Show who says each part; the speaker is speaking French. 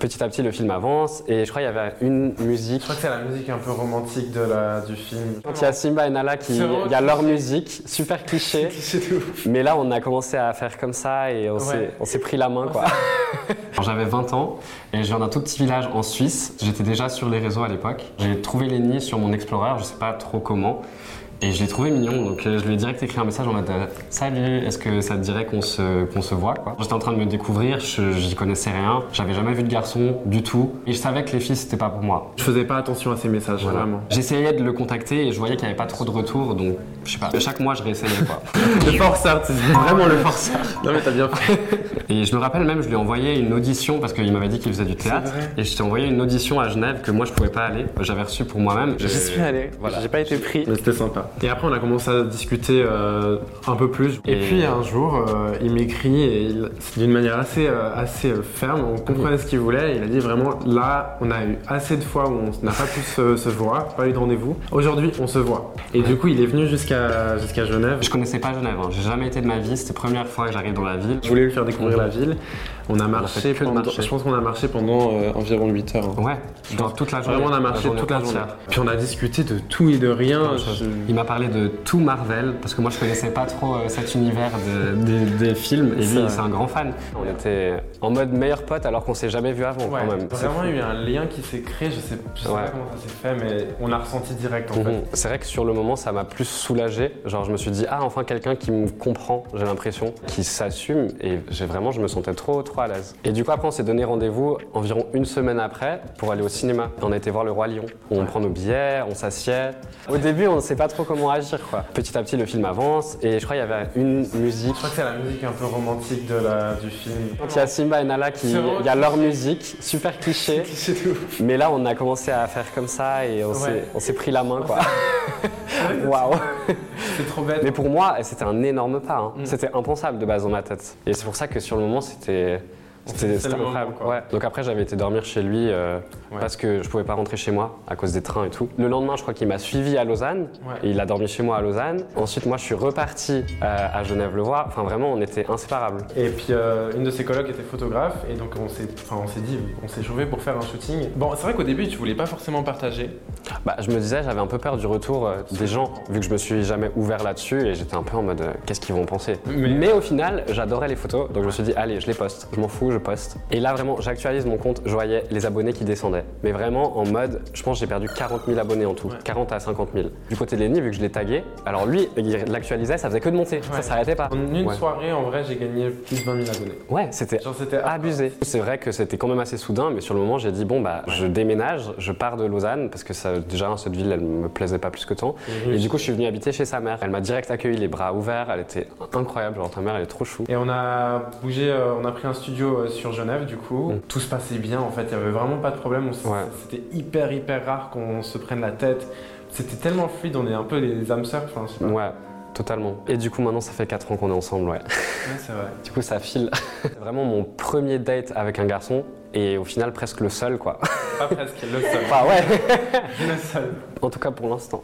Speaker 1: petit à petit, le film avance et je crois qu'il y avait une musique.
Speaker 2: Je crois que c'est la musique un peu romantique de la, du film.
Speaker 1: Quand il y a Simba et Nala qui.
Speaker 2: C'est vraiment
Speaker 1: Il y a leur
Speaker 2: cliché.
Speaker 1: musique, super cliché.
Speaker 2: C'est tout.
Speaker 1: Mais là, on a commencé à faire comme ça et on s'est-
Speaker 2: Ouais.
Speaker 1: on s'est pris la main, quoi. Quand J'avais 20 ans et je viens d'un tout petit village en Suisse. J'étais déjà sur les réseaux à l'époque. J'ai trouvé les nids sur mon Explorer, je sais pas trop comment. Et je l'ai trouvé mignon, donc euh, je lui ai direct écrit un message en mode euh, Salut, est-ce que ça te dirait qu'on se, qu'on se voit quoi J'étais en train de me découvrir, je- j'y connaissais rien, j'avais jamais vu de garçon du tout, et je savais que les filles c'était pas pour moi.
Speaker 2: Je faisais pas attention à ces messages,
Speaker 1: Voilà.
Speaker 2: vraiment.
Speaker 1: J'essayais de le contacter et je voyais qu'il n'y avait pas trop de retour, donc je sais pas, chaque mois je réessayais quoi.
Speaker 2: Le force hein. artiste,
Speaker 1: Vraiment le forcer.
Speaker 2: Non mais t'as bien fait.
Speaker 1: Et je me rappelle même, je lui ai envoyé une audition parce qu'il m'avait dit qu'il faisait du théâtre.
Speaker 2: vrai.
Speaker 1: Et je t'ai envoyé une audition à Genève que moi je pouvais pas aller. J'avais reçu pour moi-même.
Speaker 3: J'y suis allé, j'ai pas été pris.
Speaker 2: Mais c'était sympa. Et après, on a commencé à discuter euh, un peu plus. Et,
Speaker 1: Et-
Speaker 2: puis un jour, euh, il m'écrit et il- c'est d'une manière assez, euh, assez euh, ferme. On comprenait ce qu'il voulait. Il a dit vraiment là, on a eu assez de fois où on n'a pas pu se, se voir, pas eu de rendez-vous. Aujourd'hui, on se voit. Et du coup, il est venu jusqu'à jusqu'à Genève.
Speaker 1: Je connaissais pas Genève, hein. j'ai jamais été de ma vie, c'était la première fois que j'arrive dans la ville.
Speaker 2: Je voulais lui faire découvrir
Speaker 1: Mhm.
Speaker 2: la ville. On a marché
Speaker 1: fait que de
Speaker 2: pendant.
Speaker 1: marcher.
Speaker 2: Je pense qu'on a marché pendant euh, environ 8 heures. hein.
Speaker 1: Ouais, dans toute la journée.
Speaker 2: Vraiment, on a marché toute la journée.
Speaker 1: entière.
Speaker 2: Puis on a discuté de tout et de rien. Je-
Speaker 1: Il m'a parlé de tout Marvel parce que moi je connaissais pas trop euh, cet univers de- des- des films et lui
Speaker 3: vrai.
Speaker 1: c'est un grand fan. On était en mode meilleur pote alors qu'on s'est jamais vu avant
Speaker 2: Ouais,
Speaker 1: quand même.
Speaker 2: vraiment eu un lien qui s'est créé, je sais, je sais
Speaker 1: Ouais.
Speaker 2: pas comment ça s'est fait, mais on a ressenti direct en
Speaker 1: Mhm.
Speaker 2: fait.
Speaker 1: C'est vrai que sur le moment, ça m'a plus soulagé. Genre, je me suis dit, ah, enfin quelqu'un qui me comprend, j'ai l'impression, qui s'assume. Et j'ai vraiment, je me sentais trop, trop à l'aise. Et du coup, après, on s'est donné rendez-vous environ une semaine après pour aller au cinéma. On a été voir Le Roi Lion. On prend nos billets, on s'assied. Au début, on ne sait pas trop comment agir, quoi. Petit à petit, le film avance. Et je crois qu'il y avait une musique.
Speaker 2: Je crois que c'est la musique un peu romantique de la, du film.
Speaker 1: Quand il y a Simba et Nala qui.
Speaker 2: C'est vraiment
Speaker 1: Il y a leur musique, super cliché.
Speaker 2: C'est tout.
Speaker 1: Mais là, on a commencé à faire comme ça et on s'est-
Speaker 2: Ouais.
Speaker 1: on s'est pris la main, quoi. Waouh!
Speaker 2: C'est trop bête.
Speaker 1: Mais pour moi, c'était un énorme pas.
Speaker 2: Mm.
Speaker 1: hein. C'était impensable de base dans ma tête. Et c'est pour ça que sur le moment, c'était.
Speaker 2: sait
Speaker 1: C'était
Speaker 2: que c'est
Speaker 1: c'était
Speaker 2: le moment,
Speaker 1: incroyable.
Speaker 2: quoi.
Speaker 1: Ouais. Donc après, j'avais été dormir chez lui euh,
Speaker 2: Ouais.
Speaker 1: parce que je pouvais pas rentrer chez moi à cause des trains et tout. Le lendemain, je crois qu'il m'a suivi à Lausanne.
Speaker 2: Ouais.
Speaker 1: Et il a dormi chez moi à Lausanne. Ensuite, moi, je suis reparti euh, à Genève-le-Voir. Enfin, vraiment, on était inséparables.
Speaker 2: Et puis euh, une de ses colocs était photographe et donc on s'est enfin, on s'est dit on s'est chauffé pour faire un shooting. Bon c'est vrai qu'au début tu voulais pas forcément partager.
Speaker 1: Bah, je me disais, j'avais un peu peur du retour euh, des gens, vu que je me suis jamais ouvert là-dessus et j'étais un peu en mode euh, qu'est-ce qu'ils vont penser.
Speaker 2: Mais-
Speaker 1: Mais, au final, j'adorais les photos, donc je me suis dit allez, je les poste, je m'en fous, je poste. Et là vraiment, j'actualise mon compte, je voyais les abonnés qui descendaient, mais vraiment en mode, je pense que j'ai perdu 40 000 abonnés en tout, 40 à 50 000. Du côté de l'ennemi, vu que je l'ai tagué, alors lui, il l'actualisait, ça faisait que de monter,
Speaker 2: Ouais.
Speaker 1: ça s'arrêtait pas.
Speaker 2: En une
Speaker 1: Ouais.
Speaker 2: soirée en vrai j'ai gagné plus de 20 000 abonnés.
Speaker 1: Ouais, c'était
Speaker 2: Genre c'était
Speaker 1: abusé. C'est vrai que c'était quand même assez soudain, mais sur le moment, j'ai dit bon bah je déménage, je pars de Lausanne parce que ça, déjà cette ville, elle me plaisait pas plus que tant.
Speaker 2: Mhm.
Speaker 1: Et du coup, je suis venu habiter chez sa mère. Elle m'a direct accueilli, les bras ouverts. Elle était incroyable. Genre ta mère, elle est trop chou.
Speaker 2: Et on a bougé, euh, on a pris un studio euh, sur Genève du coup.
Speaker 1: Mm.
Speaker 2: Tout se passait bien en fait, il y avait vraiment pas de problème. On s-
Speaker 1: Ouais.
Speaker 2: C'était hyper hyper rare qu'on se prenne la tête. C'était tellement fluide, on est un peu les âmes sœurs. Enfin, je sais pas.
Speaker 1: Ouais. Totalement. Et du coup, maintenant, ça fait 4 ans qu'on est ensemble, ouais.
Speaker 2: Ouais, c'est vrai.
Speaker 1: Du coup, ça file. C'est vraiment mon premier date avec un garçon et au final, presque le seul, quoi.
Speaker 2: Pas presque, le seul.
Speaker 1: Enfin, ouais.
Speaker 2: le seul.
Speaker 1: En tout cas, pour l'instant.